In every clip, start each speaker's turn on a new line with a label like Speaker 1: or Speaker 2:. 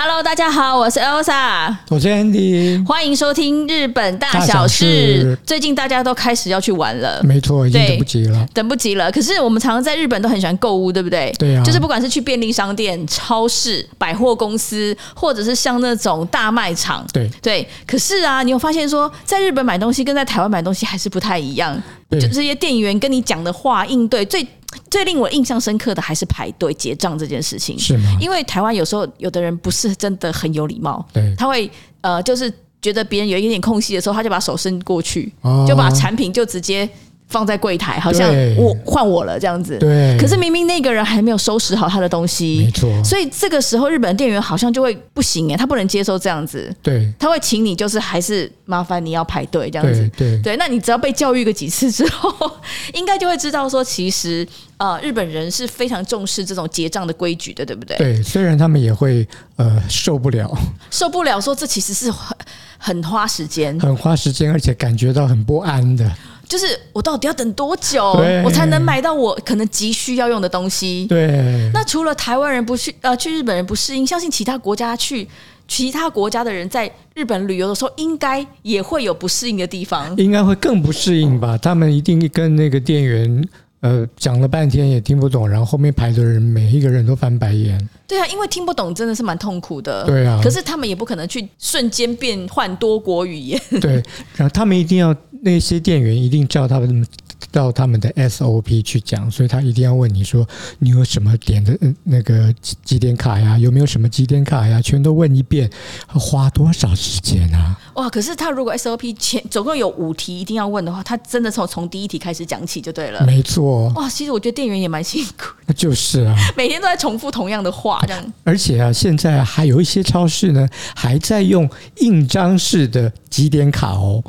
Speaker 1: Hello，大家好，我是 Elsa，
Speaker 2: 我是 Andy，
Speaker 1: 欢迎收听《日本大小
Speaker 2: 大小
Speaker 1: 事》
Speaker 2: 事
Speaker 1: 最近大家都开始要去玩了。
Speaker 2: 呃没错，已经
Speaker 1: 对
Speaker 2: 等不及了。
Speaker 1: 等不及了，可是我们常常在日本都很喜欢购物，对不对？
Speaker 2: 对啊
Speaker 1: 就是不管是去便利商店、超市、百货公司，或者是像那种大卖场，
Speaker 2: 对
Speaker 1: 对。可是啊，你有发现说，在日本买东西跟在台湾买东西还是不太一样，
Speaker 2: 对
Speaker 1: 就这些店员跟你讲的话、应对，最最令我印象深刻的还是排队结账这件事情。
Speaker 2: 是吗？
Speaker 1: 因为台湾有时候有的人不是真的很有礼貌，
Speaker 2: 对
Speaker 1: 他会呃，就是觉得别人有一点点空隙的时候，他就把手伸过去，
Speaker 2: 哦
Speaker 1: 就把产品就直接放在柜台，好像
Speaker 2: 对
Speaker 1: 我换我了这样子。
Speaker 2: 对
Speaker 1: 可是明明那个人还没有收拾好他的东西，
Speaker 2: 没错
Speaker 1: 所以这个时候日本店员好像就会不行哎，他不能接受这样子，
Speaker 2: 对
Speaker 1: 他会请你就是还是麻烦你要排队这样子
Speaker 2: 对。对
Speaker 1: 对，那你只要被教育个几次之后， 应该就会知道说，其实呃，日本人是非常重视这种结账的规矩的，对不对？
Speaker 2: 对，虽然他们也会呃受不了，
Speaker 1: 受不了说这其实是很很花时间，
Speaker 2: 很花时间，而且感觉到很不安的。
Speaker 1: 就是我到底要等多久
Speaker 2: 对，
Speaker 1: 我才能买到我可能急需要用的东西？
Speaker 2: 对，
Speaker 1: 那除了台湾人不去呃去日本人不适应，相信其他国家去其他国家的人在日本旅游的时候，应该也会有不适应的地方。
Speaker 2: 应该会更不适应吧？他们一定跟那个店员呃讲了半天也听不懂，然后后面排的人每一个人都翻白眼。
Speaker 1: 对啊，因为听不懂真的是蛮痛苦的。
Speaker 2: 对啊
Speaker 1: 可是他们也不可能去瞬间变换多国语言。
Speaker 2: 对，然后他们一定要那些店员一定照他们照他们的 SOP 去讲，所以他一定要问你说你有什么点的呃那个几几点卡呀？有没有什么几点卡呀？全都问一遍，花多少时间啊？
Speaker 1: 哇！可是他如果 SOP 前总共有五题一定要问的话，他真的从从第一题开始讲起就对了。
Speaker 2: 没错，
Speaker 1: 哇，其实我觉得店员也蛮辛苦，
Speaker 2: 那就是啊。
Speaker 1: 每天都在重复同样的话，这样
Speaker 2: 而且啊，现在还有一些超市呢，还在用印章式的几点卡哦，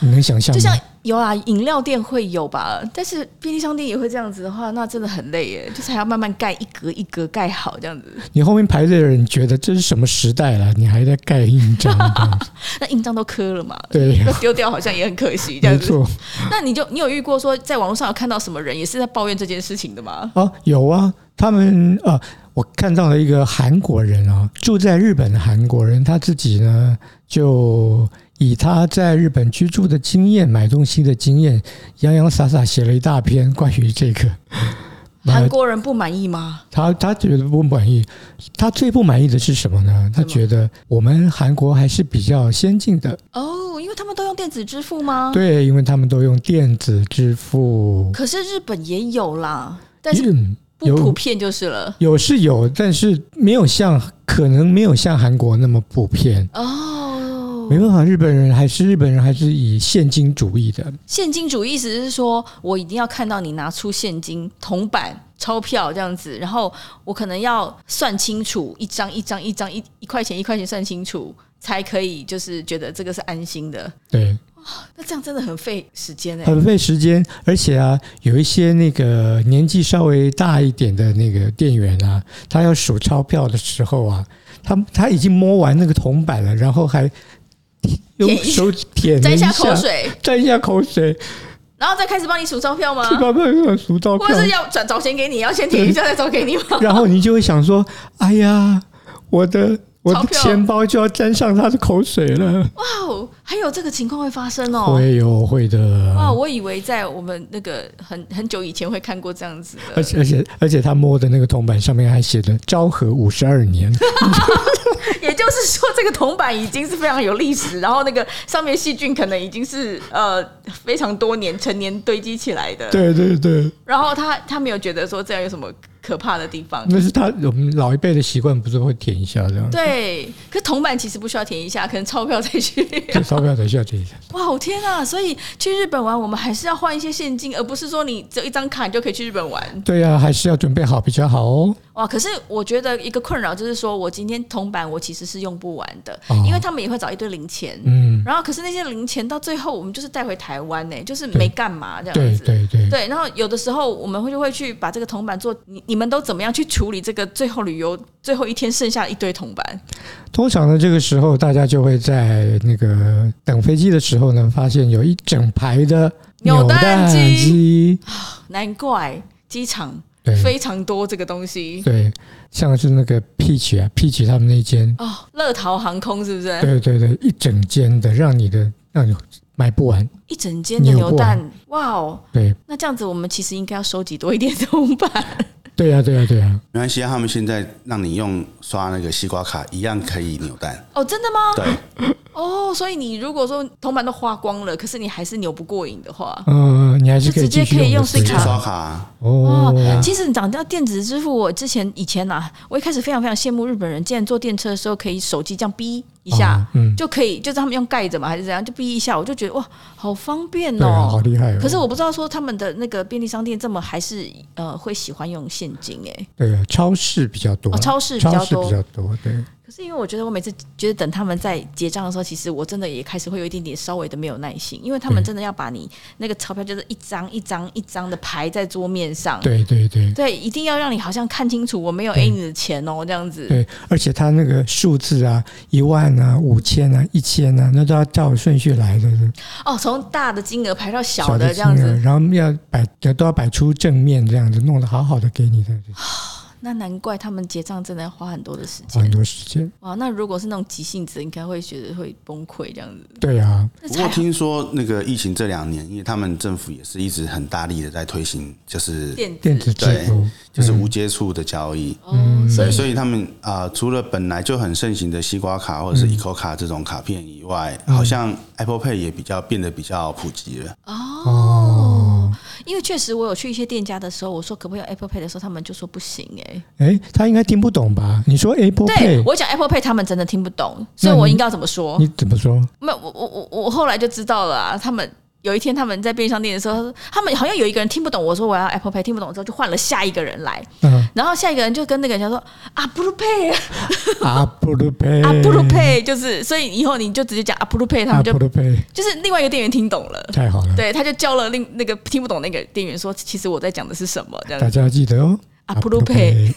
Speaker 2: 你能想象
Speaker 1: 就
Speaker 2: 吗？
Speaker 1: 像有啊，饮料店会有吧，但是便利商店也会这样子的话，那真的很累耶，就是还要慢慢盖一格一格盖好这样子。
Speaker 2: 你后面排队的人觉得这是什么时代了？你还在盖印 章的？
Speaker 1: 那印章都磕了嘛，
Speaker 2: 对呀
Speaker 1: 要 丢掉好像也很可惜这
Speaker 2: 没
Speaker 1: 样子。
Speaker 2: 错。
Speaker 1: 那你就你有遇过说在网络上有看到什么人也是在抱怨这件事情的吗？
Speaker 2: 哦，有啊，他们啊、呃我看到了一个韩国人啊，住在日本的韩国人，他自己呢就以他在日本居住的经验、买东西的经验，洋洋洒洒写了一大篇关于这个。
Speaker 1: 韩
Speaker 2: 呃，
Speaker 1: 国人不满意吗？
Speaker 2: 他他觉得不满意，他最不满意的是什么呢？他
Speaker 1: 什么
Speaker 2: 觉得我们韩国还是比较先进的，
Speaker 1: 哦，因为他们都用电子支付吗？。
Speaker 2: 对，因为他们都用电子支付，
Speaker 1: 可是日本也有啦，但是
Speaker 2: 嗯
Speaker 1: 不普遍就是了。
Speaker 2: 有是有，但是没有像可能没有像韩国那么普遍。
Speaker 1: 哦，
Speaker 2: 没办法，日本人还是日本人，还是以现金主义的。
Speaker 1: 现金主义意思是说我一定要看到你拿出现金、铜板、钞票这样子，然后我可能要算清楚，一张一张一张一一块钱一块钱算清楚，才可以就是觉得这个是安心的。
Speaker 2: 对，
Speaker 1: 那这样真的很费时间哎、
Speaker 2: 很费时间，而且啊，有一些那个年纪稍微大一点的那个店员啊，他要数钞票的时候啊，他他已经摸完那个铜板了，然后还用
Speaker 1: 舔一
Speaker 2: 手舔了
Speaker 1: 沾一
Speaker 2: 一
Speaker 1: 下口，水，
Speaker 2: 沾一下口水，去
Speaker 1: 然后再开始帮你数钞 票吗？
Speaker 2: 把那个数钞
Speaker 1: 啊或
Speaker 2: 票，
Speaker 1: 者是要转找钱给你，要先停一下再找给你 吗？
Speaker 2: 然后你就会想说：“哎呀，我的我
Speaker 1: 钞
Speaker 2: 的
Speaker 1: 票
Speaker 2: 钱包就要沾上他的口水了。
Speaker 1: 哇哦，还有这个情况会发生哦！
Speaker 2: 会有会
Speaker 1: 哇，
Speaker 2: 的，
Speaker 1: 我以为在我们那个很很久以前会看过这样子的
Speaker 2: 而，且而且而且他摸的那个铜板上面还写着“昭和五十 二年
Speaker 1: 也就是说，这个铜板已经是非常有历史，然后那个上面细菌可能已经是呃非常多年成年堆积起来”，的。
Speaker 2: 对对对，
Speaker 1: 然后他他没有觉得说这样有什么可怕的地方。
Speaker 2: 那是他我们老一辈的习惯，不是会舔一下这样？
Speaker 1: 对，可是铜板其实不需要填一下，可能钞票再去。
Speaker 2: 就钞票等一下舔一下，
Speaker 1: 哇，我天啊！所以去日本玩，我们还是要换一些现金，而不是说你只有一张卡你就可以去日本玩。
Speaker 2: 对呀、还是要准备好比较好哦。
Speaker 1: 哇，可是我觉得一个困扰就是说，我今天铜板我其实是用不完的，
Speaker 2: 哦
Speaker 1: 因为他们也会找一堆零钱。
Speaker 2: 嗯，
Speaker 1: 然后，可是那些零钱到最后，我们就是带回台湾呢、就是没干嘛这样
Speaker 2: 对
Speaker 1: 子。
Speaker 2: 对对，
Speaker 1: 对然后有的时候我们会就会去把这个铜板做，你你们都怎么样去处理这个最后旅游最后一天剩下一堆铜板？
Speaker 2: 通常呢，这个时候大家就会在那个等飞机的时候呢，发现有一整排的
Speaker 1: 扭蛋机
Speaker 2: 扭机
Speaker 1: 难怪机场
Speaker 2: 对
Speaker 1: 非常多这个东西
Speaker 2: 对，像是那个 Peach 啊，Peach 他们那间，
Speaker 1: 哦。乐桃航空是不是？
Speaker 2: 对对对，一整间的，让你的让你买不完。
Speaker 1: 一整间的
Speaker 2: 扭
Speaker 1: 牛
Speaker 2: 过来
Speaker 1: 蛋，哇哦！
Speaker 2: 对
Speaker 1: 那这样子，我们其实应该要收集多一点铜 板。
Speaker 2: 对啊对啊对啊，
Speaker 3: 没关系啊，他们现在让你用刷那个西瓜卡一样可以扭蛋。
Speaker 1: 哦，真的吗？
Speaker 3: 对，
Speaker 1: 哦，所以你如果说铜板都花光了，可是你还是扭不过瘾的话，
Speaker 2: 嗯、你还是
Speaker 1: 就
Speaker 2: 可以
Speaker 1: 直接
Speaker 2: 继续
Speaker 1: 可以
Speaker 2: 用
Speaker 1: 用
Speaker 2: 的随
Speaker 1: 信
Speaker 3: 就
Speaker 1: 卡
Speaker 2: 时
Speaker 3: 刷卡啊、
Speaker 1: 哦
Speaker 2: 哦，，
Speaker 1: 其实你讲到电子支付，我之前以前啊，我一开始非常非常羡慕日本人，竟然坐电车的时候可以手机这样逼一下，
Speaker 2: 哦嗯
Speaker 1: 就可以，就是他们用盖着嘛，还是怎样，就逼一下，我就觉得哇，好方便
Speaker 2: 对啊，
Speaker 1: 哦。
Speaker 2: 好厉害、哦。
Speaker 1: 可是我不知道说他们的那个便利商店这么还是呃会喜欢用现金哎、
Speaker 2: 对啊，超市比较多，
Speaker 1: 哦超市比
Speaker 2: 超
Speaker 1: 较
Speaker 2: 市
Speaker 1: 多啊
Speaker 2: 比较多，对。
Speaker 1: 可是因为我觉得我每次觉得等他们在结账的时候，其实我真的也开始会有一点点稍微的没有耐心，因为他们
Speaker 2: 对
Speaker 1: 真的要把你那个钞票就是一张一张一张的排在桌面上。
Speaker 2: 对对对
Speaker 1: 对，一定要让你好像看清楚，我没有
Speaker 2: 对
Speaker 1: A 你的钱哦，这样子。
Speaker 2: 对，而且它那个数字啊，一万啊、五千啊、一千啊，那都要照顺序来的，
Speaker 1: 哦，从大的金额排到小
Speaker 2: 小
Speaker 1: 的这
Speaker 2: 的金
Speaker 1: 样
Speaker 2: 额，
Speaker 1: 子，
Speaker 2: 然后要摆都要摆出正面这样子，弄得好好的给你
Speaker 1: 啊
Speaker 2: 的，
Speaker 1: 那难怪他们结账真的要花很多的时
Speaker 2: 花
Speaker 1: 间。
Speaker 2: 很多时间。
Speaker 1: 哇，那如果是那种急性子，应该会觉得会崩溃这样子。
Speaker 2: 对啊，
Speaker 1: 那
Speaker 3: 不过
Speaker 1: 才好
Speaker 3: 听说那个疫情这两年，因为他们政府也是一直很大力的在推行，就是
Speaker 1: 电子
Speaker 2: 电子嗯支付
Speaker 3: 就是无接触的交易。
Speaker 1: 哦，所
Speaker 3: 对，
Speaker 1: 以
Speaker 3: 所以他们啊、呃除了本来就很盛行的西瓜卡或者是
Speaker 1: 嗯
Speaker 3: Eco 卡这种卡片以外，好像 Apple Pay 也比较变得比较普及了。
Speaker 1: 哦，因为确实我有去一些店家的时候，我说可不可以用 Apple Pay 的时候，他们就说不行哎、
Speaker 2: 哎，他应该听不懂吧？你说 Apple
Speaker 1: 对
Speaker 2: Pay，
Speaker 1: 我讲 Apple Pay，他们真的听不懂，所以
Speaker 2: 那你
Speaker 1: 我应该要怎么说？
Speaker 2: 你怎么说？
Speaker 1: 没有，我我我我后来就知道了、啊，他们。有一天他们在便利商店的时候，他说他们好像有一个人听不懂，我说我要 Apple Pay，听不懂之后就换了下一个人来，
Speaker 2: 嗯
Speaker 1: 然后下一个人就跟那个人讲说啊不如 Pay
Speaker 2: ，Apple
Speaker 1: 啊
Speaker 2: Pay，
Speaker 1: 不如 Pay，就是所以以后你就直接讲啊不如 Pay，他们就
Speaker 2: 嗯 Apple Pay，
Speaker 1: 就是另外一个店员听懂了，
Speaker 2: 太好了，
Speaker 1: 对，他就教了另那个听不懂那个店员说，其实我在讲的是什么这样子
Speaker 2: 大家要记得哦。
Speaker 1: Apple Pay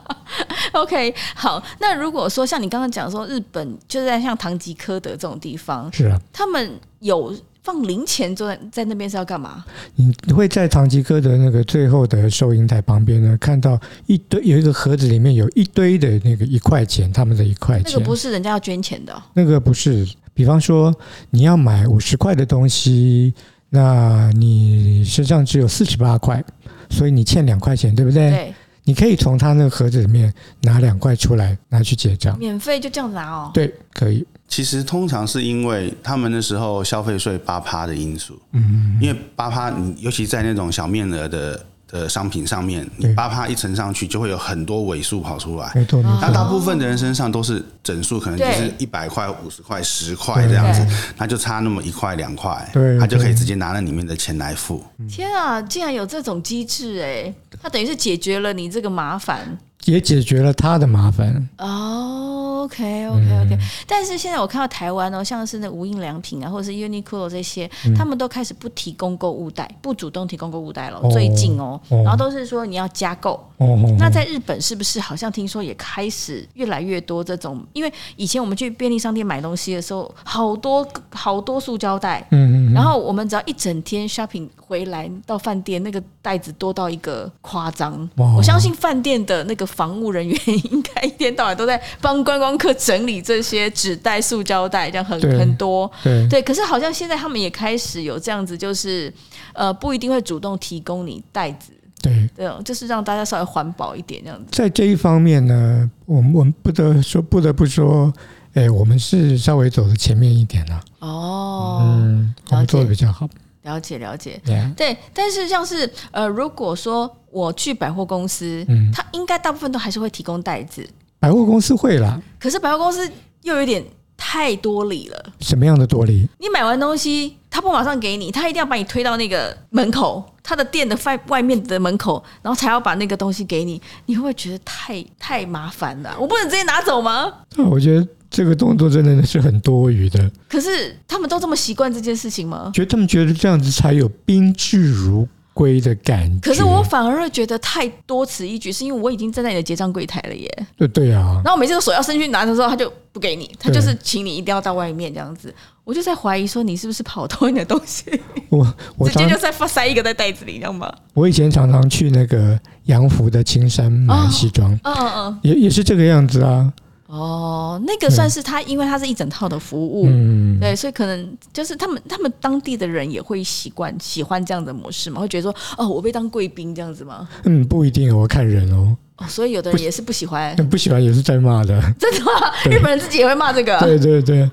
Speaker 1: OK，好，那如果说像你刚刚讲说日本就是在像唐吉诃德这种地方，
Speaker 2: 是啊，
Speaker 1: 他们有放零钱坐在在那边是要干嘛？
Speaker 2: 你你会在唐吉诃德那个最后的收银台旁边呢，看到一堆有一个盒子，里面有一堆的那个一块钱，他们的一块
Speaker 1: 那
Speaker 2: 钱，
Speaker 1: 个不是人家要捐钱的哦、
Speaker 2: 那个不是。比方说，你要买五十块的东西，那你身上只有四十八块，所以你欠两块钱，对不对？
Speaker 1: 对，
Speaker 2: 你可以从他那个盒子里面拿两块出来，拿去结账。
Speaker 1: 免费就这样拿哦。
Speaker 2: 对，可以。
Speaker 3: 其实通常是因为他们那时候消费税八趴的因素，
Speaker 2: 嗯，
Speaker 3: 因为八趴，你尤其在那种小面额的的商品上面，你
Speaker 2: 对
Speaker 3: 八趴一乘上去，就会有很多尾数跑出来。
Speaker 2: 没错没
Speaker 1: 啊
Speaker 3: 那
Speaker 2: 错。
Speaker 3: 大部分的人身上都是整数，可能就是一百块、五十块、十块这样子，那就差那么一块两块
Speaker 2: 对，
Speaker 3: 他就可以
Speaker 2: 对
Speaker 3: 直接拿那里面的钱来付。
Speaker 1: 天啊，竟然有这种机制哎、它等于是解决了你这个麻烦。
Speaker 2: 也解决了他的麻烦。
Speaker 1: 哦、o k OK
Speaker 2: 嗯
Speaker 1: OK，、但是现在我看到台湾哦，像是那无印良品啊，或者是 Uniqlo 这些，
Speaker 2: 嗯
Speaker 1: 他们都开始不提供购物袋，不主动提供购物袋了。
Speaker 2: 哦
Speaker 1: 最近哦，
Speaker 2: 哦
Speaker 1: 然后都是说你要加购。
Speaker 2: 哦哦，
Speaker 1: 那在日本是不是好像听说也开始越来越多这种？因为以前我们去便利商店买东西的时候，好多好多塑胶袋，
Speaker 2: 嗯嗯嗯，
Speaker 1: 然后我们只要一整天 shopping 回来到饭店，那个袋子多到一个夸张。
Speaker 2: 哇
Speaker 1: 我相信饭店的那个防务人员应该一天到晚都在帮观光客整理这些纸袋、塑胶袋，这样很
Speaker 2: 对嗯
Speaker 1: 很多。
Speaker 2: 对
Speaker 1: 对，可是好像现在他们也开始有这样子，就是呃，不一定会主动提供你袋子，
Speaker 2: 对。
Speaker 1: 对哦，就是让大家稍微环保一点这样子。
Speaker 2: 在这一方面呢，我们我们不得说不得不说，哎，我们是稍微走的前面一点了、
Speaker 1: 哦，
Speaker 2: 嗯，我们
Speaker 1: 了解
Speaker 2: 做的比较好。
Speaker 1: 了解了解。
Speaker 2: Yeah
Speaker 1: 对，但是像是呃，如果说我去百货公司，
Speaker 2: 嗯
Speaker 1: 它应该大部分都还是会提供袋子，
Speaker 2: 百货公司会啦，
Speaker 1: 可是百货公司又有点太多礼了。
Speaker 2: 什么样的多利？
Speaker 1: 你买完东西，他不马上给你，他一定要把你推到那个门口，他的店的外外面的门口，然后才要把那个东西给你。你会不会觉得太太麻烦了啊、我不能直接拿走吗？
Speaker 2: 啊我觉得这个动作真的是很多余的，
Speaker 1: 可是他们都这么习惯这件事情吗？
Speaker 2: 觉得他们觉得这样子才有宾至如规的感觉。
Speaker 1: 可是我反而会觉得太多此一举，是因为我已经站在你的结账柜台了耶。
Speaker 2: 对对啊，
Speaker 1: 然后我每次都手要伸去拿的时候，他就不给你，他就
Speaker 2: 对
Speaker 1: 是请你一定要到外面这样子。我就在怀疑说你是不是跑偷你的东西，
Speaker 2: 我我
Speaker 1: 直接
Speaker 2: 常
Speaker 1: 就再放塞一个在袋子里，你知道吗？
Speaker 2: 我以前常常去那个洋服的青山买西装，
Speaker 1: 嗯嗯嗯。
Speaker 2: 也也是这个样子啊。
Speaker 1: 哦，那个算是他，因为他是一整套的服务，
Speaker 2: 嗯，
Speaker 1: 对，所以可能就是他们他们当地的人也会习惯喜欢这样的模式嘛，会觉得说哦，我被当贵宾这样子嘛，
Speaker 2: 嗯，不一定哦，我看人哦，
Speaker 1: 哦，所以有的人也是不喜 欢，
Speaker 2: 不喜欢也是在骂的。
Speaker 1: 真的吗？日本人自己也会骂这个，
Speaker 2: 对对对，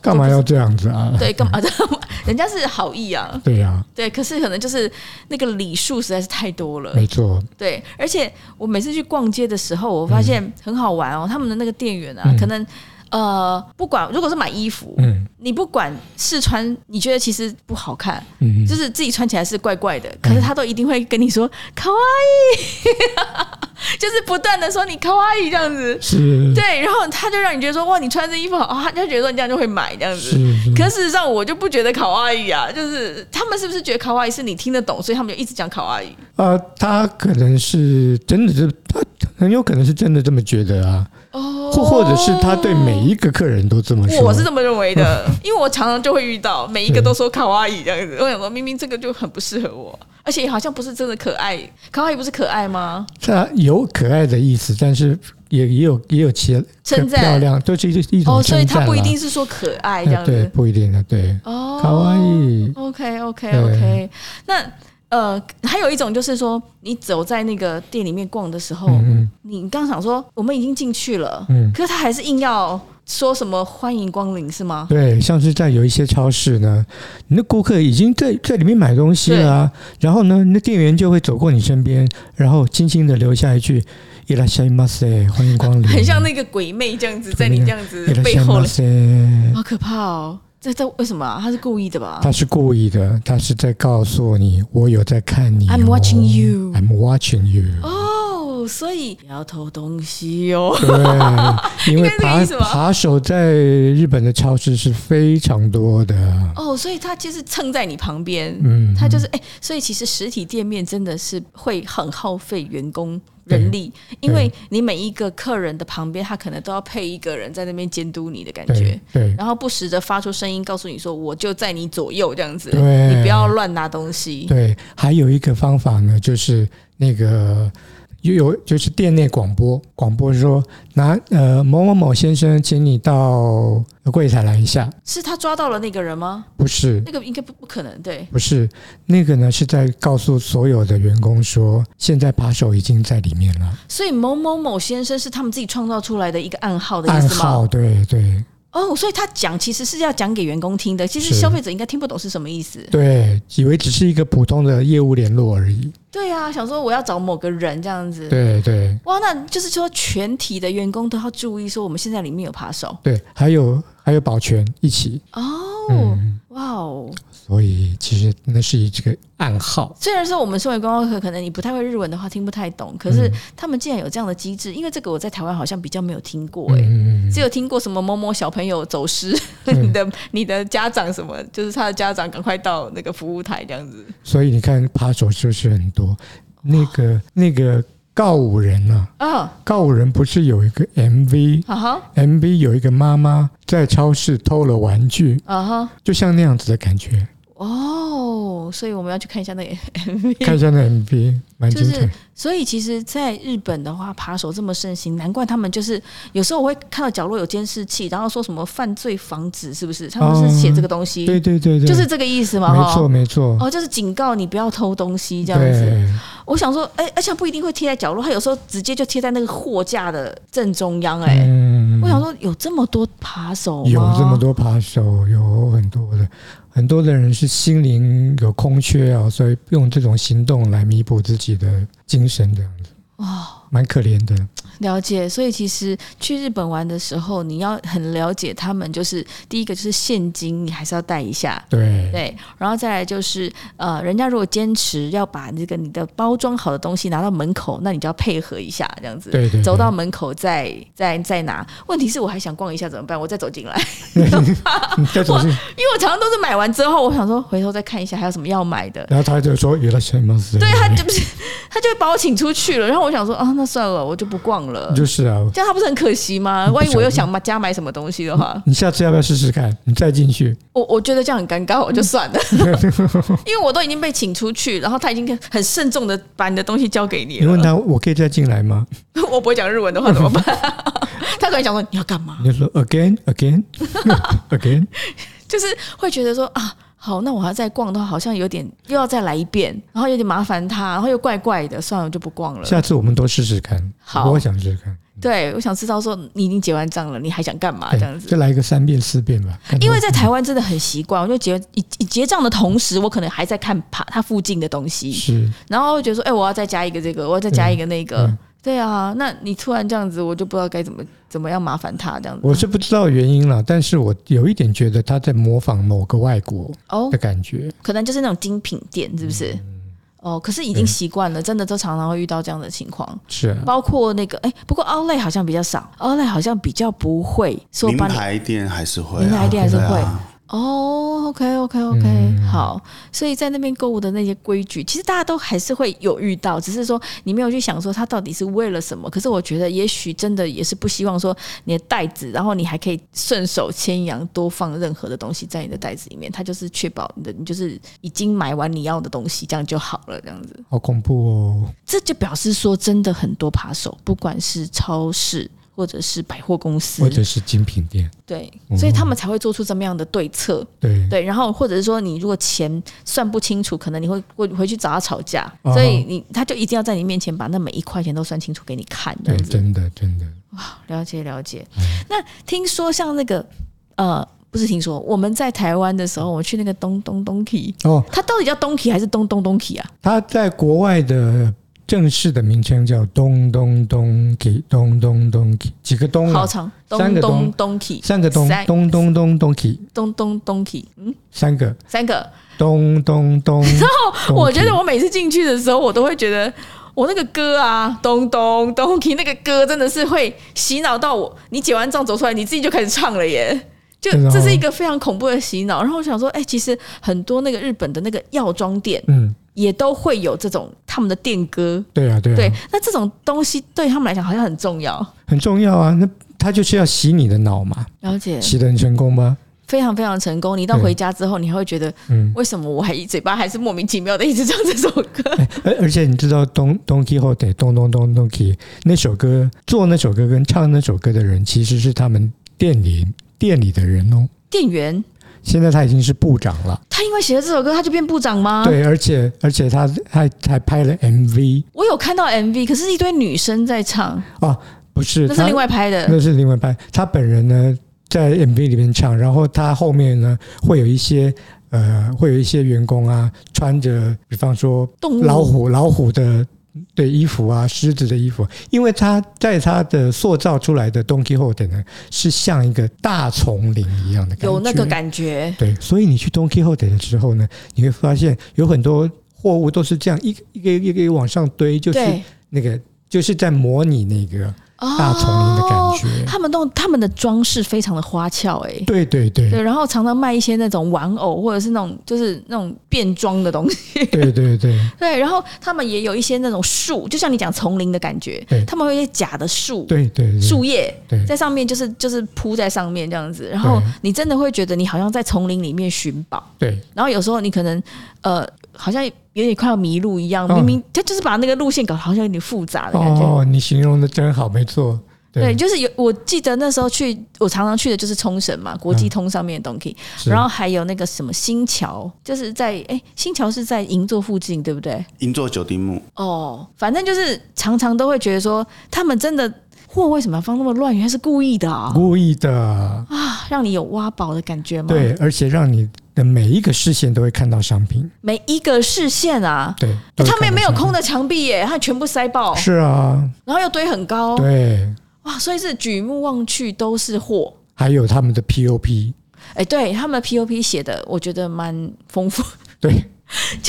Speaker 2: 干嘛要这样子啊？
Speaker 1: 对，干嘛？ 人家是好意啊，
Speaker 2: 对呀、
Speaker 1: 对，可是可能就是那个礼数实在是太多了，
Speaker 2: 没错，
Speaker 1: 对，而且我每次去逛街的时候，我发现很好玩哦，他们的那个店员啊，
Speaker 2: 嗯
Speaker 1: 可能呃，不管如果是买衣服，
Speaker 2: 嗯
Speaker 1: 你不管试穿，你觉得其实不好看，
Speaker 2: 嗯
Speaker 1: 就，是自己穿起来是怪怪的，可是他都一定会跟你说“卡哇伊”， 就是不断的说你“卡哇伊”这样子。
Speaker 2: 是
Speaker 1: 对，然后他就让你觉得说哇，你穿这衣服好，哦他就觉得说你这样就会买这样子。
Speaker 2: 是是
Speaker 1: 可是事实上，我就不觉得卡哇伊啊，就是他们是不是觉得卡哇伊是你听得懂，所以他们就一直讲卡哇伊？
Speaker 2: 啊，他可能是真的这，他很有可能是真的这么觉得啊，
Speaker 1: 哦，
Speaker 2: 或或者是他对每一个客人都这么说。
Speaker 1: 我是这么认为 的，因为我常常就会遇到每一个都说卡哇伊这样子，我想说明明这个就很不适合我，而且好像不是真的可爱，卡哇伊不是可爱吗？
Speaker 2: 他有可爱的意思，但是也也有也有其
Speaker 1: 称赞
Speaker 2: 漂亮，都是一一种
Speaker 1: 哦，
Speaker 2: 称
Speaker 1: 所
Speaker 2: 赞
Speaker 1: 以他不一
Speaker 2: 啦
Speaker 1: 定是说可爱这
Speaker 2: 哎
Speaker 1: 样
Speaker 2: 对，
Speaker 1: 子，
Speaker 2: 不一定的，对，
Speaker 1: 哦，
Speaker 2: 卡哇伊，
Speaker 1: OK OK
Speaker 2: 对
Speaker 1: OK，那呃，还有一种就是说，你走在那个店里面逛的时候，
Speaker 2: 嗯
Speaker 1: 你刚想说我们已经进去了，
Speaker 2: 嗯
Speaker 1: 可是他还是硬要说什么欢迎光临是吗？
Speaker 2: 对，像是在有一些超市呢，你的顾客已经在在里面买东西了啊、然后呢，那店员就会走过你身边，然后轻轻的留下一句“伊拉夏伊马塞，欢迎光临”，
Speaker 1: 很像那个鬼魅这样子，在你这样子
Speaker 2: 伊拉
Speaker 1: 背
Speaker 2: 夏伊
Speaker 1: 后
Speaker 2: 马
Speaker 1: 了，
Speaker 2: 塞，
Speaker 1: 好可怕哦！这这为什么、啊？他是故意的吧？
Speaker 2: 他是故意的，他是在告诉你，我有在看你、哦、
Speaker 1: I'm watching you
Speaker 2: I'm watching you。
Speaker 1: 哦，所以不要偷东西哦。
Speaker 2: 对，因为
Speaker 1: 应该是这个
Speaker 2: 扒
Speaker 1: 意思吧
Speaker 2: 扒手在日本的超市是非常多的，
Speaker 1: 哦，所以他就是蹭在你旁边，
Speaker 2: 嗯，
Speaker 1: 他就是哎、所以其实实体店面真的是会很耗费员工人力，因为你每一个客人的旁边，他可能都要配一个人在那边监督你的感觉
Speaker 2: 对。对
Speaker 1: 然后不时的发出声音，告诉你说我就在你左右这样子，
Speaker 2: 对
Speaker 1: 呃你不要乱拿东西。
Speaker 2: 对，还有一个方法呢，就是那个有有就是店内广播，广播说拿呃某某某先生，请你到柜台来一下。
Speaker 1: 是他抓到了那个人吗？
Speaker 2: 不是
Speaker 1: 那个应该不不可能，对。
Speaker 2: 不是，那个呢是在告诉所有的员工说，现在扒手已经在里面了，
Speaker 1: 所以某某某先生是他们自己创造出来的一个暗号的意
Speaker 2: 暗
Speaker 1: 思吗
Speaker 2: 号？对对
Speaker 1: 哦，所以他讲其实是要讲给员工听的，其实
Speaker 2: 是
Speaker 1: 消费者应该听不懂是什么意思。
Speaker 2: 对，以为只是一个普通的业务联络而已。
Speaker 1: 对啊，想说我要找某个人这样子。
Speaker 2: 对对
Speaker 1: 哇，那就是说全体的员工都要注意，说我们现在里面有扒手
Speaker 2: 对，还有还有保全一起，
Speaker 1: 哦。
Speaker 2: 嗯
Speaker 1: 哇哦！
Speaker 2: 所以其实那是一个暗号。
Speaker 1: 虽然说我们身为观光客，可能你不太会日文的话听不太懂，可
Speaker 2: 嗯
Speaker 1: 是他们竟然有这样的机制，因为这个我在台湾好像比较没有听过、欸，
Speaker 2: 嗯，
Speaker 1: 只有听过什么某某小朋友走 失，你的你的家长什么，就是他的家长赶快到那个服务台这样子。
Speaker 2: 所以你看扒手是不是很多？那个那个告五人啊，
Speaker 1: 啊，
Speaker 2: 告五人不是有一个 MV？MV
Speaker 1: 啊哈，
Speaker 2: 有一个妈妈在超市偷了玩具，
Speaker 1: 啊哈，
Speaker 2: 就像那样子的 感觉。
Speaker 1: 哦，所以我们要去看一下那个
Speaker 2: 看一下那 MV，蛮
Speaker 1: 就
Speaker 2: 精彩
Speaker 1: 是。，所以其实，在日本的话，扒手这么盛行，难怪他们就是有时候我会看到角落有监视器，然后说什么犯罪防止，是不是？他们是写这个东西，
Speaker 2: 嗯对对对对，
Speaker 1: 就是这个意思嘛，
Speaker 2: 没错
Speaker 1: 哈。
Speaker 2: 没错，
Speaker 1: 哦，就是警告你不要偷东西这样子。
Speaker 2: 对
Speaker 1: 我想说，哎、而且不一定会贴在角落，他有时候直接就贴在那个货架的正中央、哎、
Speaker 2: 嗯
Speaker 1: 我想说，有这么多扒手吗？
Speaker 2: 有这么多扒手，有很多的，很多的人是心灵有空缺啊，所以用这种行动来弥补自己的精神这样子。
Speaker 1: 哇、
Speaker 2: 蛮可怜的。
Speaker 1: 了解，所以其实去日本玩的时候，你要很了解他们，就是第一个就是现金，你还是要带一下。
Speaker 2: 对，
Speaker 1: 对，然后再来就是，呃，人家如果坚持要把这个你的包装好的东西拿到门口，那你就要配合一下，这样子，
Speaker 2: 对对对
Speaker 1: 走到门口再再再拿。问题是我还想逛一下怎么办？我再走进来，
Speaker 2: 嗯这种是，
Speaker 1: 因为我常常都是买完之后，我想说回头再看一下还有什么要买的，
Speaker 2: 然后他就说有了什么事？
Speaker 1: 对他就不是他就会把我请出去了。然后我想说啊，那算了，我就不逛了。
Speaker 2: 就是啊，
Speaker 1: 这样他不是很可惜吗？万一我又想买加买什么东西的话，
Speaker 2: 你下次要不要试试看？你再进去，
Speaker 1: 我我觉得这样很尴尬，我就算了，因为我都已经被请出去，然后他已经很慎重的把你的东西交给你
Speaker 2: 你
Speaker 1: 了。
Speaker 2: 问他我可以再进来吗？
Speaker 1: 我不会讲日文的话怎么办？ 他可能想说你要干嘛，
Speaker 2: 你就说 again again again，
Speaker 1: 就是会觉得说啊，好，那我还要再逛的话，好像有点又要再来一遍，然后有点麻烦他，然后又怪怪的，算了，我就不逛了。
Speaker 2: 下次我们都试试看。
Speaker 1: 好
Speaker 2: 我想试试看。
Speaker 1: 对，我想知道说你已经结完账了，你还想干嘛
Speaker 2: 对
Speaker 1: 啊这样子
Speaker 2: 就？来一个三遍四遍吧。看
Speaker 1: 因为
Speaker 2: 他
Speaker 1: 在台湾真的很习惯，我就结以以结账的同时，我可能还在看爬它附近的东西，
Speaker 2: 是
Speaker 1: 然后觉得说，哎、我要再加一个这个，我要再加一个那个。
Speaker 2: 嗯
Speaker 1: 对啊，那你突然这样子，我就不知道该怎么怎么样麻烦他这样子。
Speaker 2: 我是不知道原因了，但是我有一点觉得他在模仿某个外国
Speaker 1: 哦
Speaker 2: 的，感觉。
Speaker 1: 可能就是那种精品店，是不是？
Speaker 2: 嗯
Speaker 1: 哦，可是已经习惯了，真的都常常会遇到这样的情况，
Speaker 2: 是啊，
Speaker 1: 包括那个哎、不过 Outlet 好像比较少，Outlet 好像比较不会说
Speaker 3: 名
Speaker 1: 帮你
Speaker 3: 牌店还是会、啊，
Speaker 1: 名牌店还是会
Speaker 3: 对啊
Speaker 1: 哦，OK OK OK，、好，所以在那边购物的那些规矩，其实大家都还是会有遇到，只是说你没有去想说它到底是为了什么。可是我觉得，也许真的也是不希望说你的袋子，然后你还可以顺手牵羊多放任何的东西在你的袋子里面，它就是确保你的你就是已经买完你要的东西，这样就好了，这样子。
Speaker 2: 好恐怖哦！
Speaker 1: 这就表示说，真的很多扒手，不管是超市或者是百货公司
Speaker 2: 或，者是精品店，
Speaker 1: 对，所以他们才会做出这么样的对策。
Speaker 2: 对，
Speaker 1: 对，然后或者是说你如果钱算不清楚，可能你会会回去找他吵架，
Speaker 2: 哦
Speaker 1: 所以你他就一定要在你面前把那每一块钱都算清楚给你看，这
Speaker 2: 对，嗯
Speaker 1: 样子。
Speaker 2: 真的，真的，
Speaker 1: 了解了解。那听说像那个呃，不是听说我们在台湾的时候，我去那个东东东 key，
Speaker 2: 哦，
Speaker 1: 它到底叫东 key 还是东东东 key 啊？
Speaker 2: 它在国外的正式的名称叫咚咚咚给咚咚咚给几个咚
Speaker 1: 好
Speaker 2: 啊？
Speaker 1: 长，
Speaker 2: 三
Speaker 1: 东
Speaker 2: 个东
Speaker 1: 东东 key，
Speaker 2: 三个咚
Speaker 1: 三
Speaker 2: 咚咚咚咚给
Speaker 1: 东东东 key，嗯，
Speaker 2: 三个
Speaker 1: 三个。
Speaker 2: 咚咚 咚。然
Speaker 1: 我觉得我每次进去的时候，我都会觉得我那个歌啊，咚咚咚 k 那个歌真的是会洗脑到我。你结完账走出来，你自己就开始唱了耶。就
Speaker 2: 真的哦
Speaker 1: 这是一个非常恐怖的洗脑，然后我想说，哎、其实很多那个日本的那个药妆店
Speaker 2: 嗯，
Speaker 1: 也都会有这种他们的店歌，
Speaker 2: 对啊，对啊，
Speaker 1: 对，那这种东西对他们来讲好像很重要。
Speaker 2: 很重要啊。那它就是要洗你的脑嘛，
Speaker 1: 了解，
Speaker 2: 洗得很成功吗？
Speaker 1: 非常非常成功。你到
Speaker 2: 对
Speaker 1: 回家之后，你还会觉得，
Speaker 2: 嗯，
Speaker 1: 为什么我还嘴巴还是莫名其妙的一直唱这首歌？
Speaker 2: 哎而而且你知道东东 key 后得咚咚咚咚 key 那首歌，做那首歌跟唱那首歌的人其实是他们店里店里的人哦。
Speaker 1: 店员
Speaker 2: 现在他已经是部长了，
Speaker 1: 他因为写了这首歌，他就变部长吗？
Speaker 2: 对，而且而且他还还拍了 MV
Speaker 1: 我有看到 MV，可是一堆女生在唱，
Speaker 2: 啊，不是，
Speaker 1: 那是
Speaker 2: 他
Speaker 1: 另外拍的。
Speaker 2: 那是另外拍。他本人呢在 MV 里面唱，然后他后面呢会有一些呃，会有一些员工啊，穿着比方说
Speaker 1: 动物
Speaker 2: 老虎老虎的的衣服啊，狮子的衣服，因为他在他的塑造出来的 Don Quixote 呢，是像一个大丛林一样的感觉，
Speaker 1: 有那个感觉，
Speaker 2: 对，所以你去 Don Quixote 的时候呢，你会发现有很多货物都是这样一个一个一个一个往上堆，就是
Speaker 1: 对，
Speaker 2: 那个就是在模拟那个大
Speaker 1: 大
Speaker 2: 丛林的感觉。
Speaker 1: 哦他们弄他们的装饰非常的花俏、哎。
Speaker 2: 对对对
Speaker 1: 对，然后常常卖一些那种玩偶，或者是那种就是那种变装的东西。
Speaker 2: 对对对，
Speaker 1: 对，然后他们也有一些那种树，就像你讲丛林的感觉
Speaker 2: 对，
Speaker 1: 他们会有一些假的树，
Speaker 2: 对对对
Speaker 1: 树叶
Speaker 2: 对
Speaker 1: 在上面，就是就是铺在上面这样子。然后
Speaker 2: 对
Speaker 1: 你真的会觉得你好像在丛林里面寻宝。
Speaker 2: 对
Speaker 1: 然后有时候你可能呃，好像有点快要迷路一样，
Speaker 2: 嗯
Speaker 1: 明明他就是把那个路线搞得好像有点复杂的感觉。
Speaker 2: 哦，你形容的真好，没错，
Speaker 1: 对，就是有，我记得那时候去，我常常去的就是冲绳嘛，国际通上面的东西，
Speaker 2: 嗯是
Speaker 1: 然后还有那个什么新桥，就是在哎，新桥是在银座附近，对不对？
Speaker 3: 银座九丁目，
Speaker 1: 哦，反正就是常常都会觉得说，他们真的货为什么要放那么乱？原来是故意的啊，
Speaker 2: 故意的，
Speaker 1: 啊让你有挖宝的感觉吗？
Speaker 2: 对，，而且让你的每一个视线都会看到商品，
Speaker 1: 每一个视线啊，
Speaker 2: 对，
Speaker 1: 欸
Speaker 2: 都会
Speaker 1: 他们也
Speaker 2: 看到
Speaker 1: 没有
Speaker 2: 商品
Speaker 1: 空的墙壁耶，他全部塞爆，
Speaker 2: 是啊，
Speaker 1: 然后又堆很高，
Speaker 2: 对，
Speaker 1: 哇，所以是举目望去都是货。
Speaker 2: 还有他们的 POP，
Speaker 1: 哎、对他们的 POP 写的，我觉得蛮丰富，
Speaker 2: 对，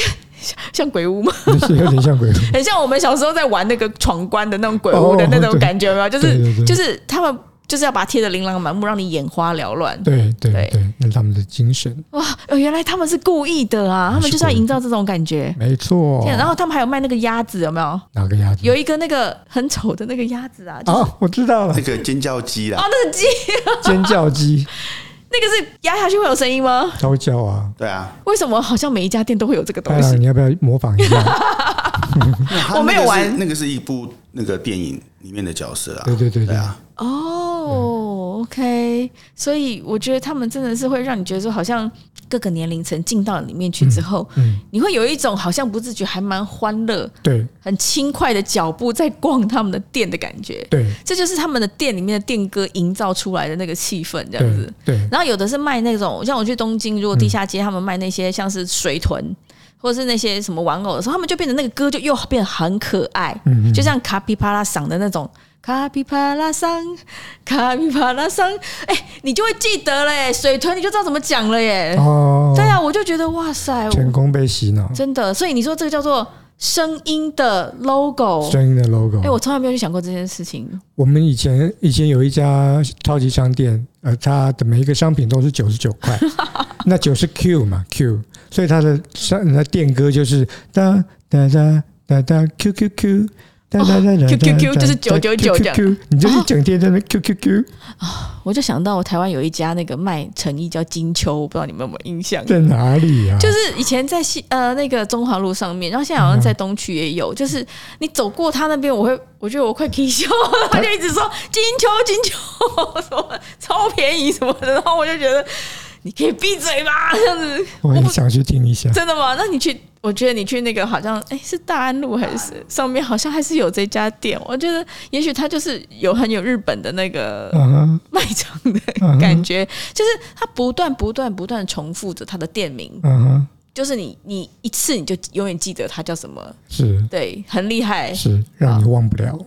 Speaker 1: 像鬼屋吗？
Speaker 2: 那是有点像鬼屋，
Speaker 1: 很像我们小时候在玩那个闯关的那种鬼屋的
Speaker 2: 哦
Speaker 1: 那种
Speaker 2: 对
Speaker 1: 感觉，有没有？就
Speaker 2: 对对
Speaker 1: 是
Speaker 2: 对
Speaker 1: 就是他们就是要把它贴的琳琅满目，让你眼花缭乱。
Speaker 2: 对 对
Speaker 1: 对
Speaker 2: 对，那是他们的精神，
Speaker 1: 哇、呃原来他们是故意的啊，他们就是要营造这种感觉。
Speaker 2: 没错
Speaker 1: 天啊。然后他们还有卖那个鸭子，有没有？
Speaker 2: 哪个鸭子？
Speaker 1: 有一个那个很丑的那个鸭子啊，就是、
Speaker 2: 啊，我 知道了
Speaker 3: 那，个尖叫鸡啦
Speaker 1: 啊，，那个鸡，
Speaker 2: 尖叫鸡，
Speaker 1: 那个是压下去会有声音吗？
Speaker 2: 高叫啊！
Speaker 3: 对啊，
Speaker 1: 为什么好像每一家店都会有这个
Speaker 2: 当
Speaker 1: 东西
Speaker 2: 然，？你要不要模仿 一下？
Speaker 1: 我没有玩
Speaker 3: 那个是那个是一部那个电影里面的角色啊，
Speaker 2: 对对对对
Speaker 3: 啊，
Speaker 1: 哦、o k 所以我觉得他们真的是会让你觉得说，好像各个年龄层进到里面去之后，
Speaker 2: 嗯，
Speaker 1: 你会有一种好像不自觉还蛮欢乐、
Speaker 2: 对
Speaker 1: 很轻快的脚步在逛他们的店的感觉。
Speaker 2: 对
Speaker 1: 这就是他们的店里面的店歌营造出来的那个气氛，这样
Speaker 2: 对
Speaker 1: 子。
Speaker 2: 对，
Speaker 1: 然后有的是卖那种，像我去东京，如果地下街他们卖那些像是水
Speaker 2: 嗯
Speaker 1: 豚。或是那些什么玩偶的时候，他们就变得那个歌就又变得很可爱，
Speaker 2: 嗯嗯
Speaker 1: 就像卡皮巴拉桑的那种卡皮巴拉桑，卡皮巴拉桑，哎、你就会记得嘞，水豚你就知道怎么讲了耶。
Speaker 2: 哦，
Speaker 1: 对啊，我就觉得哇塞，哎我
Speaker 2: 成功被洗脑，
Speaker 1: 真的，所以你说这个叫做声音的 logo，
Speaker 2: 声音的
Speaker 1: 哎、我
Speaker 2: logo。
Speaker 1: 从来没有去想过这件事情。
Speaker 2: 我们以前以前有一家超级商店，呃，它的每一个商品都是九十九块， 那九是 Q 嘛 Q，所以它的商那电歌就是哒哒哒哒哒 Q Q Q。哒哒哒哒
Speaker 1: 哦 QQQ
Speaker 2: 哒
Speaker 1: 就是
Speaker 2: 哒
Speaker 1: 999这样
Speaker 2: QQQ 你就是一整天 在那 Q Q Q，
Speaker 1: 我就想到我台湾有一家那个卖成衣叫金秋，我不知道你们有没有印象？
Speaker 2: 在哪里啊呀？
Speaker 1: 就是以前在西呃那个中华路上面，然后现在好像在东区也有。就是你走过他那边，我会我觉得我快停休了，他就一直说金秋金秋什么超便宜什么的，然后我就觉得你可以闭嘴吧，这样子
Speaker 2: 我也想去听一下。
Speaker 1: 真的吗？那你去，我觉得你去那个好像哎、是大安路还是上面好像还是有这家店，我觉得也许它就是有很有日本的那个
Speaker 2: 嗯哼，
Speaker 1: 卖场的
Speaker 2: 嗯哼
Speaker 1: 感觉，就是它不断不断不断重复着它的店名，
Speaker 2: 嗯哼，
Speaker 1: 就是你你一次你就永远记得它叫什么，
Speaker 2: 是
Speaker 1: 对，很厉害。
Speaker 2: 是，让你忘不了。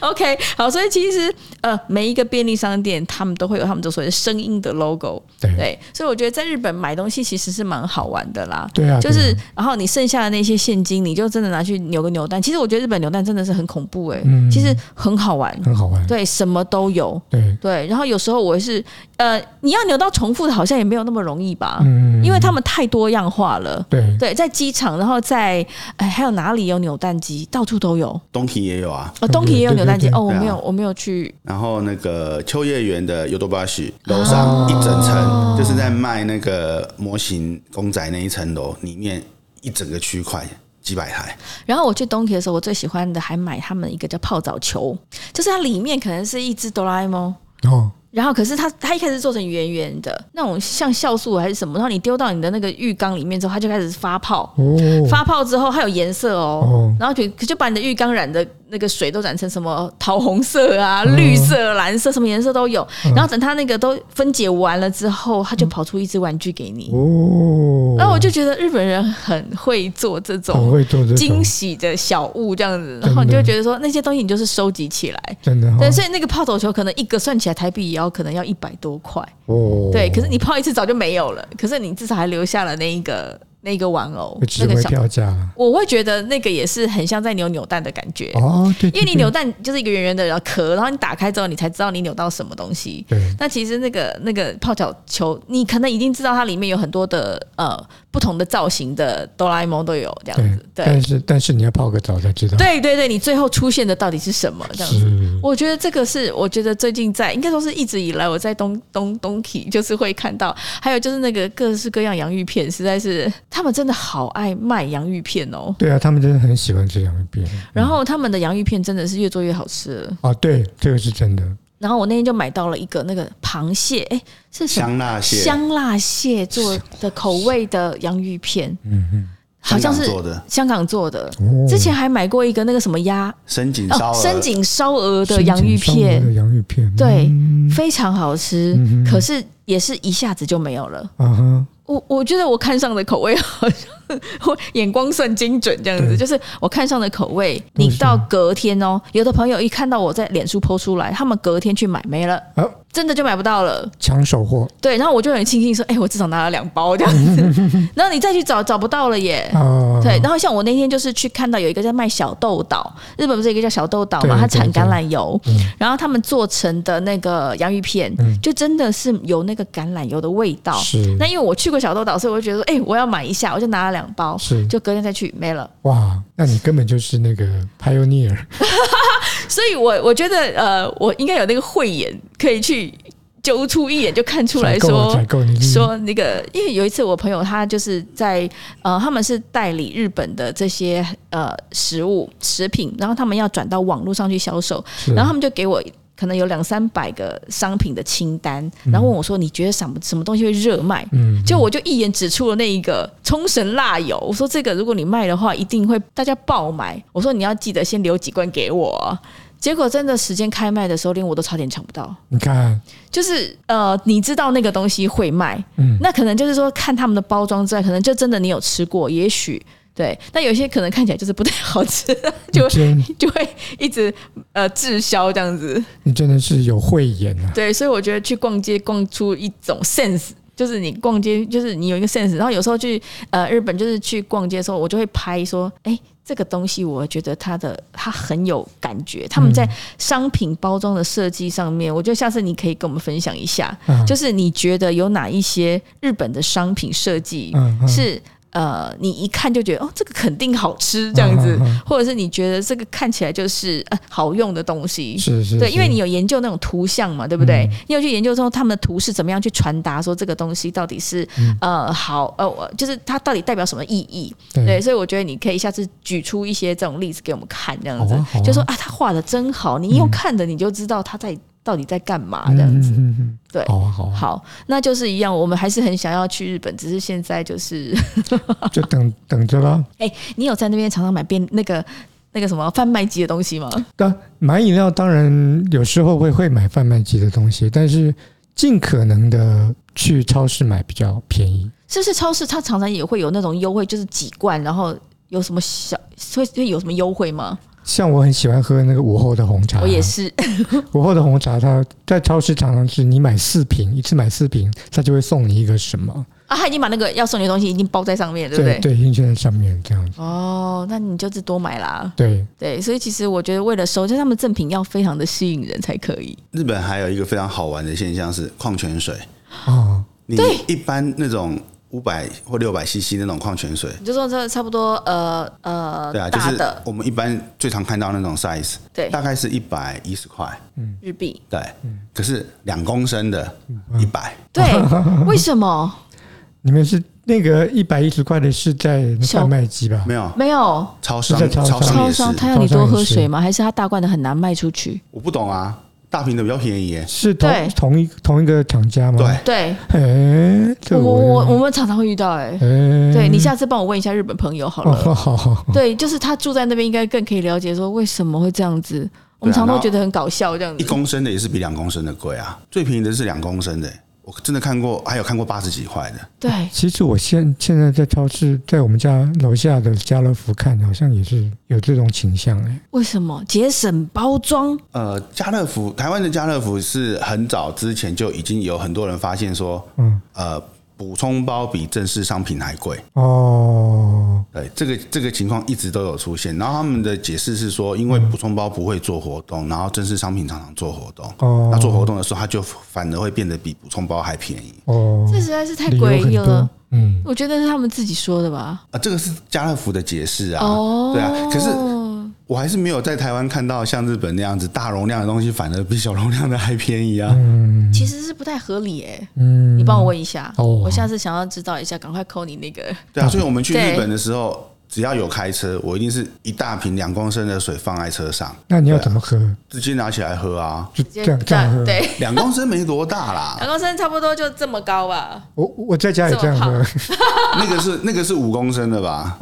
Speaker 1: OK，好，所以其实呃，每一个便利商店他们都会有他们的所谓的声音的 logo，
Speaker 2: 对
Speaker 1: 对，所以我觉得在日本买东西其实是蛮好玩的啦。
Speaker 2: 对啊，
Speaker 1: 就是
Speaker 2: 对啊，
Speaker 1: 然后你剩下的那些现金，你就真的拿去扭个扭蛋。其实我觉得日本扭蛋真的是很恐怖哎、
Speaker 2: 嗯
Speaker 1: 其实很好玩，
Speaker 2: 很好玩。
Speaker 1: 对，什么都有。
Speaker 2: 对，
Speaker 1: 对，然后有时候我是呃，你要扭到重复的，好像也没有那么容易吧，
Speaker 2: 嗯，
Speaker 1: 因为他们太多样化了。
Speaker 2: 对
Speaker 1: 对，在机场，然后在哎，还有哪里有扭蛋机？到处都有。
Speaker 3: 东体也有啊，
Speaker 1: 哦，东体也有
Speaker 2: 对
Speaker 1: 扭蛋
Speaker 2: 对
Speaker 1: 机。
Speaker 2: 对对
Speaker 1: 哦，我
Speaker 3: 对啊
Speaker 1: 没有，我没有去。
Speaker 3: 然后那个秋叶原的 y o d o b a s h 楼上一整
Speaker 1: 哦
Speaker 3: 层就是在卖那个模型公仔那一层楼里面一整个区块几百台，
Speaker 1: 然后我去东体的时候，我最喜欢的还买他们一个叫泡澡球，就是它里面可能是一只哆啦 A 梦，
Speaker 2: 哦，
Speaker 1: 然后可是它它一开始做成圆圆的那种像酵素还是什么，然后你丢到你的那个浴缸里面之后，它就开始发泡。
Speaker 2: 哦，
Speaker 1: 发泡之后，它有颜色哦，
Speaker 2: 哦
Speaker 1: 然后就就把你的浴缸染的那个水都染成什么桃红色啊、
Speaker 2: 嗯
Speaker 1: 绿色、蓝色，什么颜色都有。然后等它那个都分解完了之后，它就跑出一只玩具给你。
Speaker 2: 哦，
Speaker 1: 然后我就觉得日本人很会做这
Speaker 2: 很
Speaker 1: 种
Speaker 2: 会做这
Speaker 1: 惊
Speaker 2: 种，
Speaker 1: 喜的小物，这样子，
Speaker 2: 的哦
Speaker 1: 然后你就会觉得说那些东西你就是收集起来。
Speaker 2: 真的哈。
Speaker 1: 对，所以那个泡头球可能一个算起来台币也要可能要一百多块，
Speaker 2: 哦，
Speaker 1: 对。可是你泡一次早就没有了，可是你至少还留下了那一个那一个玩偶
Speaker 2: 会，值
Speaker 1: 那个
Speaker 2: 回
Speaker 1: 小
Speaker 2: 票价了。
Speaker 1: 我会觉得那个也是很像在扭扭蛋的感觉，
Speaker 2: 哦，对，
Speaker 1: 因为你扭蛋就是一个圆圆的然后壳，然后你打开之后，你才知道你扭到什么东 西。
Speaker 2: 对
Speaker 1: 那其实那个那个泡脚球，你可能已经知道它里面有很多的呃不同的造型的哆啦 A 梦都有这样
Speaker 2: 对
Speaker 1: 子，，对
Speaker 2: 但是但是你要泡个澡才知道。
Speaker 1: 对对对，你最后出现的到底是什么这样子？
Speaker 2: 是，
Speaker 1: 我觉得这个是，我觉得最近在应该说是一直以来我在东东东体就是会看到，还有就是那个各式各样洋芋片，实在是他们真的好爱卖洋芋片哦。
Speaker 2: 对啊，他们真的很喜欢吃洋芋片。
Speaker 1: 然后他们的洋芋片真的是越做越好吃了。
Speaker 2: 啊，对，这个是真的。
Speaker 1: 然后我那天就买到了一个那个螃蟹，哎，是什么
Speaker 3: 香辣蟹，
Speaker 1: 香辣蟹做的口味的洋芋片，
Speaker 2: 嗯嗯，
Speaker 1: 好像是
Speaker 3: 香港做的
Speaker 1: 香港做的，
Speaker 2: 哦
Speaker 1: 之前还买过一个那个什么鸭
Speaker 3: 深井
Speaker 1: 哦，
Speaker 3: 烧鹅，
Speaker 1: 深井烧鹅的
Speaker 2: 深
Speaker 1: 洋芋
Speaker 2: 井烧鹅
Speaker 1: 片
Speaker 2: 的，洋芋片，
Speaker 1: 对
Speaker 2: 嗯，
Speaker 1: 非常好吃，
Speaker 2: 嗯哼
Speaker 1: 可是也是一下子就没有了。
Speaker 2: 啊哈，
Speaker 1: 我我觉得我看上的口味 好像我眼光算精准，这样子
Speaker 2: 对
Speaker 1: 就是我看上的口味，
Speaker 2: 都
Speaker 1: 你
Speaker 2: 是
Speaker 1: 到隔天哦，有的朋友一看到我在脸书剖出来，他们隔天去买没了，
Speaker 2: 啊，
Speaker 1: 真的就买不到了。
Speaker 2: 抢手货
Speaker 1: 对，然后我就很庆幸说，哎、我至少拿了两包这样 子。然后你再去找，找不到了耶。
Speaker 2: 啊，
Speaker 1: 对，然后像我那天就是去看到有一个在卖小豆岛，日本不是有一个叫小豆岛嘛，
Speaker 2: 对
Speaker 1: 它产
Speaker 2: 对对
Speaker 1: 橄榄油
Speaker 2: 嗯，
Speaker 1: 然后他们做成的那个洋芋片，
Speaker 2: 嗯
Speaker 1: 就真的是有那个橄榄油的味道。
Speaker 2: 是
Speaker 1: 那因为我去过小豆岛，所以我就觉得说，哎、我要买一下，我就拿了两包，
Speaker 2: 是
Speaker 1: 就隔天再去没了。
Speaker 2: 哇，那你根本就是那个 pioneer，
Speaker 1: 所以我我觉得，呃，我应该有那个慧眼，可以去揪出一眼就看出来
Speaker 2: 采购
Speaker 1: 说
Speaker 2: 采。购，你是
Speaker 1: 说那个，因为有一次我朋友他就是在呃，他们是代理日本的这些呃食物食品，然后他们要转到网络上去销售，
Speaker 2: 是
Speaker 1: 然后他们就给我可能有两三百个商品的清单，然后问我说你觉得什么什么东西会热卖？
Speaker 2: 嗯，
Speaker 1: 就我就一眼指出了那一个冲绳辣油，我说这个如果你卖的话，一定会大家爆买。我说你要记得先留几罐给我啊、结果真的时间开卖的时候，连我都差点抢不到。
Speaker 2: 你看，
Speaker 1: 就是呃，你知道那个东西会卖，
Speaker 2: 嗯
Speaker 1: 那可能就是说看他们的包装之外，可能就真的你有吃过，也许对。但有些可能看起来就是不太好吃， 就
Speaker 2: 你真
Speaker 1: 就会一直呃滞销这样子。
Speaker 2: 你真的是有慧眼啊，
Speaker 1: 对，所以我觉得去逛街逛出一种 sense，就是你逛街，就是你有一个 sense。然后有时候去呃日本，就是去逛街的时候，我就会拍说，哎、这个东西我觉得它的它很有感觉。他们在商品包装的设计上面，我觉得下次你可以跟我们分享一下，
Speaker 2: 嗯
Speaker 1: 就是你觉得有哪一些日本的商品设计
Speaker 2: 嗯 嗯
Speaker 1: 是。呃，你一看就觉得哦，这个肯定好吃这样子，
Speaker 2: 嗯嗯嗯
Speaker 1: 或者是你觉得这个看起来就是、呃、好用的东西，
Speaker 2: 啊是是，嗯
Speaker 1: 对，因为
Speaker 2: 是
Speaker 1: 你有研究那种图像嘛，对不对？你有去研究说他们的图是怎么样去传达说这个东西到底是、
Speaker 2: 嗯
Speaker 1: 呃好呃，我就是它到底代表什么意义？
Speaker 2: 对
Speaker 1: 对，所以我觉得你可以下次举出一些这种例子给我们看，这样子、
Speaker 2: 好啊好啊
Speaker 1: 就说啊，他画的真好，你用看的你就知道他在、到底在干嘛这样子。
Speaker 2: 嗯嗯嗯嗯
Speaker 1: 对
Speaker 2: 好啊好啊，
Speaker 1: 好，那就是一样，我们还是很想要去日本，只是现在就是，
Speaker 2: 就等等着吧。
Speaker 1: 哎、你有在那边常常买便那个那个什么贩卖机的东西吗？
Speaker 2: 当买饮料当然有时候会会买贩卖机的东西，但是尽可能的去超市买比较便宜。
Speaker 1: 是不是超市它常常也会有那种优惠，就是几罐，然后有什么小会会有什么优惠吗？
Speaker 2: 像我很喜欢喝那个午后的红茶，啊
Speaker 1: 我也。是，
Speaker 2: 午后的红茶，它在超市常常是你买四瓶，一次买四瓶，它就会送你一个什么？
Speaker 1: 啊，他已经把那个要送你的东西已经包在上面，对不
Speaker 2: 对
Speaker 1: 对？
Speaker 2: 对，印在上面这样子。
Speaker 1: 哦，那你就是多买啦。
Speaker 2: 对，
Speaker 1: 对，所以其实我觉得为了收，就他们赠品要非常的吸引人才可以。
Speaker 3: 日本还有一个非常好玩的现象是矿泉水，
Speaker 2: 哦，
Speaker 3: 你一般那种五百或六百 CC 那种矿泉水，
Speaker 1: 你就说这差不多，呃呃，
Speaker 3: 对啊，
Speaker 1: 哦
Speaker 3: 就
Speaker 1: 大
Speaker 3: 是
Speaker 1: 的
Speaker 3: 我们一般最常看到那种 size，
Speaker 1: 对
Speaker 3: 大概是一百一十块，
Speaker 1: 日币，
Speaker 3: 对，
Speaker 2: 嗯
Speaker 3: 可是两公升的一百，
Speaker 1: 对，为什么
Speaker 2: 你们是那个一百一十块的是在
Speaker 1: 小
Speaker 2: 贩卖机吧
Speaker 3: 没？有
Speaker 1: 没有？
Speaker 3: 超商
Speaker 2: 是在超商
Speaker 3: 商
Speaker 1: 超
Speaker 3: 也是
Speaker 1: 商，他要你多
Speaker 2: 超商
Speaker 1: 喝
Speaker 2: 也是
Speaker 1: 水吗？还是他大罐的很难卖出去？
Speaker 3: 我不懂啊，大瓶的比较便宜耶，
Speaker 2: 是
Speaker 1: 对
Speaker 2: 同同一同一个厂家吗？
Speaker 3: 对，
Speaker 1: 对，
Speaker 2: 哎，这
Speaker 1: 我我
Speaker 2: 我
Speaker 1: 我们常常会遇到、哎，
Speaker 2: 哎，
Speaker 1: 对你下次帮我问一下日本朋友好
Speaker 2: 哦，
Speaker 1: 了。
Speaker 2: 好好好，
Speaker 3: 嗯
Speaker 1: 对，就是他住在那边，应该更可以了解说为什么会这样子。我们常常会觉得很搞笑这样
Speaker 3: 啊一
Speaker 1: 子。
Speaker 3: 公升的也是比两公升的贵啊，最便宜的是两公升的耶，我真的看过，还有看过八十几块的，
Speaker 1: 对，
Speaker 2: 其实我现现在在超市，在我们家楼下的家乐福看，好像也是有这种倾向哎、
Speaker 1: 为什么节省包装？
Speaker 3: 呃，家乐福，台湾的家乐福是很早之前就已经有很多人发现说，
Speaker 2: 嗯，
Speaker 3: 呃，补充包比正式商品还贵。
Speaker 2: 哦，
Speaker 3: 对，这个这个情况一直都有出现。然后他们的解释是说，因为
Speaker 2: 嗯
Speaker 3: 补充包不会做活动，然后正式商品常常做活动。
Speaker 2: 哦
Speaker 3: 那做活动的时候，它就反而会变得比补充包还便宜。
Speaker 2: 哦，
Speaker 1: 这实在是太
Speaker 2: 理由
Speaker 1: 诡
Speaker 2: 很
Speaker 1: 异
Speaker 2: 多
Speaker 1: 了。。
Speaker 2: 嗯，
Speaker 1: 我觉得是他们自己说的吧。
Speaker 3: 啊，这个是家乐福的解释啊。
Speaker 1: 哦，
Speaker 3: 对啊，可是
Speaker 2: 嗯
Speaker 3: 我还是没有在台湾看到像日本那样子大容量的东西，反而比小容量的还便宜啊。
Speaker 1: 其实是不太合理哎。嗯，你帮我问一下，
Speaker 2: 哦
Speaker 1: 我下次想要知道一下，赶快扣你那个。
Speaker 3: 对啊，所以我们去
Speaker 1: 对
Speaker 3: 日本的时候，只要有开车，我一定是一大瓶两公升的水放在车上，
Speaker 2: 那你要怎么喝？
Speaker 3: 直接拿起来喝啊。
Speaker 2: 就
Speaker 1: 直接
Speaker 2: 这样这样 喝。
Speaker 1: 对，
Speaker 3: 两公升没多大啦，
Speaker 1: 两公升差不多就这么高吧。
Speaker 2: 我我在家也这样
Speaker 1: 这
Speaker 2: 喝
Speaker 1: 么，
Speaker 3: 那个是那个是五公升的吧？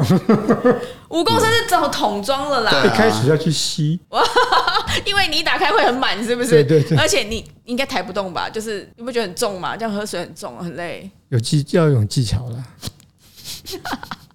Speaker 1: 五公升是找桶装了啦，
Speaker 3: 对
Speaker 2: 一
Speaker 3: 啊
Speaker 2: 开始要去吸，
Speaker 1: 因为你一打开会很满，是不是？
Speaker 2: 对对对
Speaker 1: 而且你你应该抬不动吧？就是你不觉得很重吗？这样喝水很重，很累。
Speaker 2: 有技要有技巧了。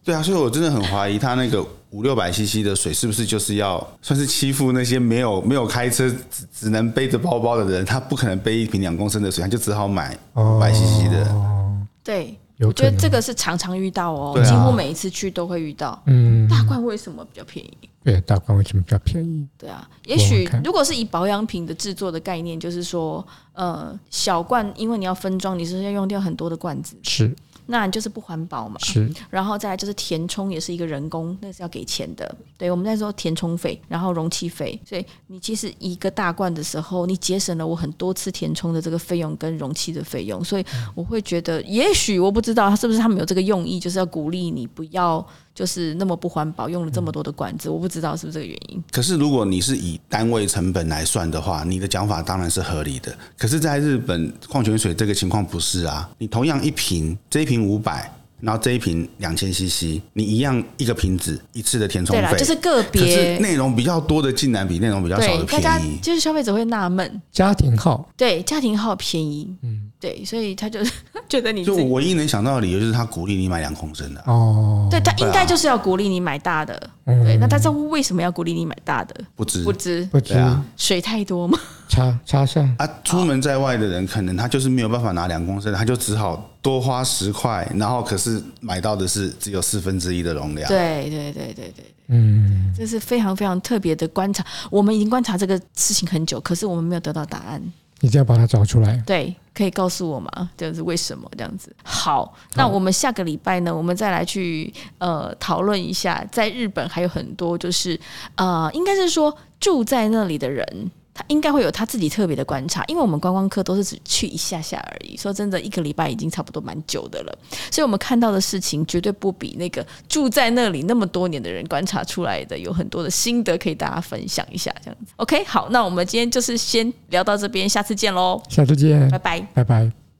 Speaker 3: 对啊，所以我真的很怀疑他那个五六百 CC 的水是不是就是要算是欺负那些没有没有开车只只能背着包包的人，他不可能背一瓶两公升的水，他就只好买五百 CC 的。
Speaker 2: 哦，
Speaker 1: 对，
Speaker 2: 有
Speaker 1: 我觉
Speaker 2: 可
Speaker 1: 得这
Speaker 2: 能。
Speaker 1: 个是常常遇到哦，
Speaker 3: 对啊
Speaker 1: 几乎每一次去都会遇到。
Speaker 2: 嗯，
Speaker 1: 大罐为什么比较便宜？
Speaker 2: 对，大罐为什么比较便宜？
Speaker 1: 对啊，也许
Speaker 2: 我看
Speaker 1: 如果是以保养品的制作的概念，就是说，呃，小罐因为你要分装，你是要用掉很多的罐子，
Speaker 2: 是
Speaker 1: 那你就是不环保嘛。
Speaker 2: 是，
Speaker 1: 然后再来就是填充也是一个人工，那是要给钱的。对，我们在说填充费，然后容器费，所以你其实一个大罐的时候，你节省了我很多次填充的这个费用跟容器的费用，所以我会觉得，也许我不知道他是不是他们有这个用意，就是要鼓励你不要就是那么不环保，用了这么多的管
Speaker 3: 嗯
Speaker 1: 子，我不知道是不是这个原因。
Speaker 3: 可是如果你是以单位成本来算的话，你的讲法当然是合理的。可是，在日本矿泉水这个情况不是啊，你同样一瓶，这一瓶五百。然后这一瓶两千 CC，你一样一个瓶子一次的填充
Speaker 1: 对啦，
Speaker 3: 费，
Speaker 1: 就是个
Speaker 3: 可是
Speaker 1: 别
Speaker 3: 内容比较多的竟然比内容比较少
Speaker 1: 对
Speaker 3: 的
Speaker 1: 大家
Speaker 3: 便宜，
Speaker 1: 就是消费者会纳闷，
Speaker 2: 家庭号
Speaker 1: 对家庭号便宜，嗯，对，所以他就 觉得你自
Speaker 3: 就
Speaker 1: 己
Speaker 3: 我唯一能想到的理由就是他鼓励你买两公升的啊、
Speaker 2: 哦，
Speaker 1: 对，他应
Speaker 3: 对啊
Speaker 1: 该就是要鼓励你买大的。对，那大家为什么要鼓励你买大的？
Speaker 3: 不止
Speaker 1: 不知
Speaker 2: 不知
Speaker 3: 对啊
Speaker 1: 水太多吗？
Speaker 2: 插插上
Speaker 3: 啊。出门在外的人，可能他就是没有办法拿两公升，他就只好多花十块，然后可是买到的是只有四分之一的容量。
Speaker 1: 对对对对对，
Speaker 2: 嗯，
Speaker 1: 这是非常非常特别的观察。我们已经观察这个事情很久，可是我们没有得到答案。
Speaker 2: 你就要把它找出来。
Speaker 1: 对，可以告诉我吗？就是为什么这样子？好，那我们下个礼拜呢，我们再来去呃讨论一下，在日本还有很多就是呃，应该是说住在那里的人。他应该会有他自己特别的观察，因为我们观光客都是只去一下下而已。说真的，一个礼拜已经差不多蛮久的了，所以我们看到的事情绝对不比那个住在那里那么多年的人观察出来的有很多的心得可以大家分享一下。这样子，OK，好，那我们今天就是先聊到这边，下次见喽。
Speaker 2: 下次见，
Speaker 1: 拜拜。
Speaker 2: 拜拜。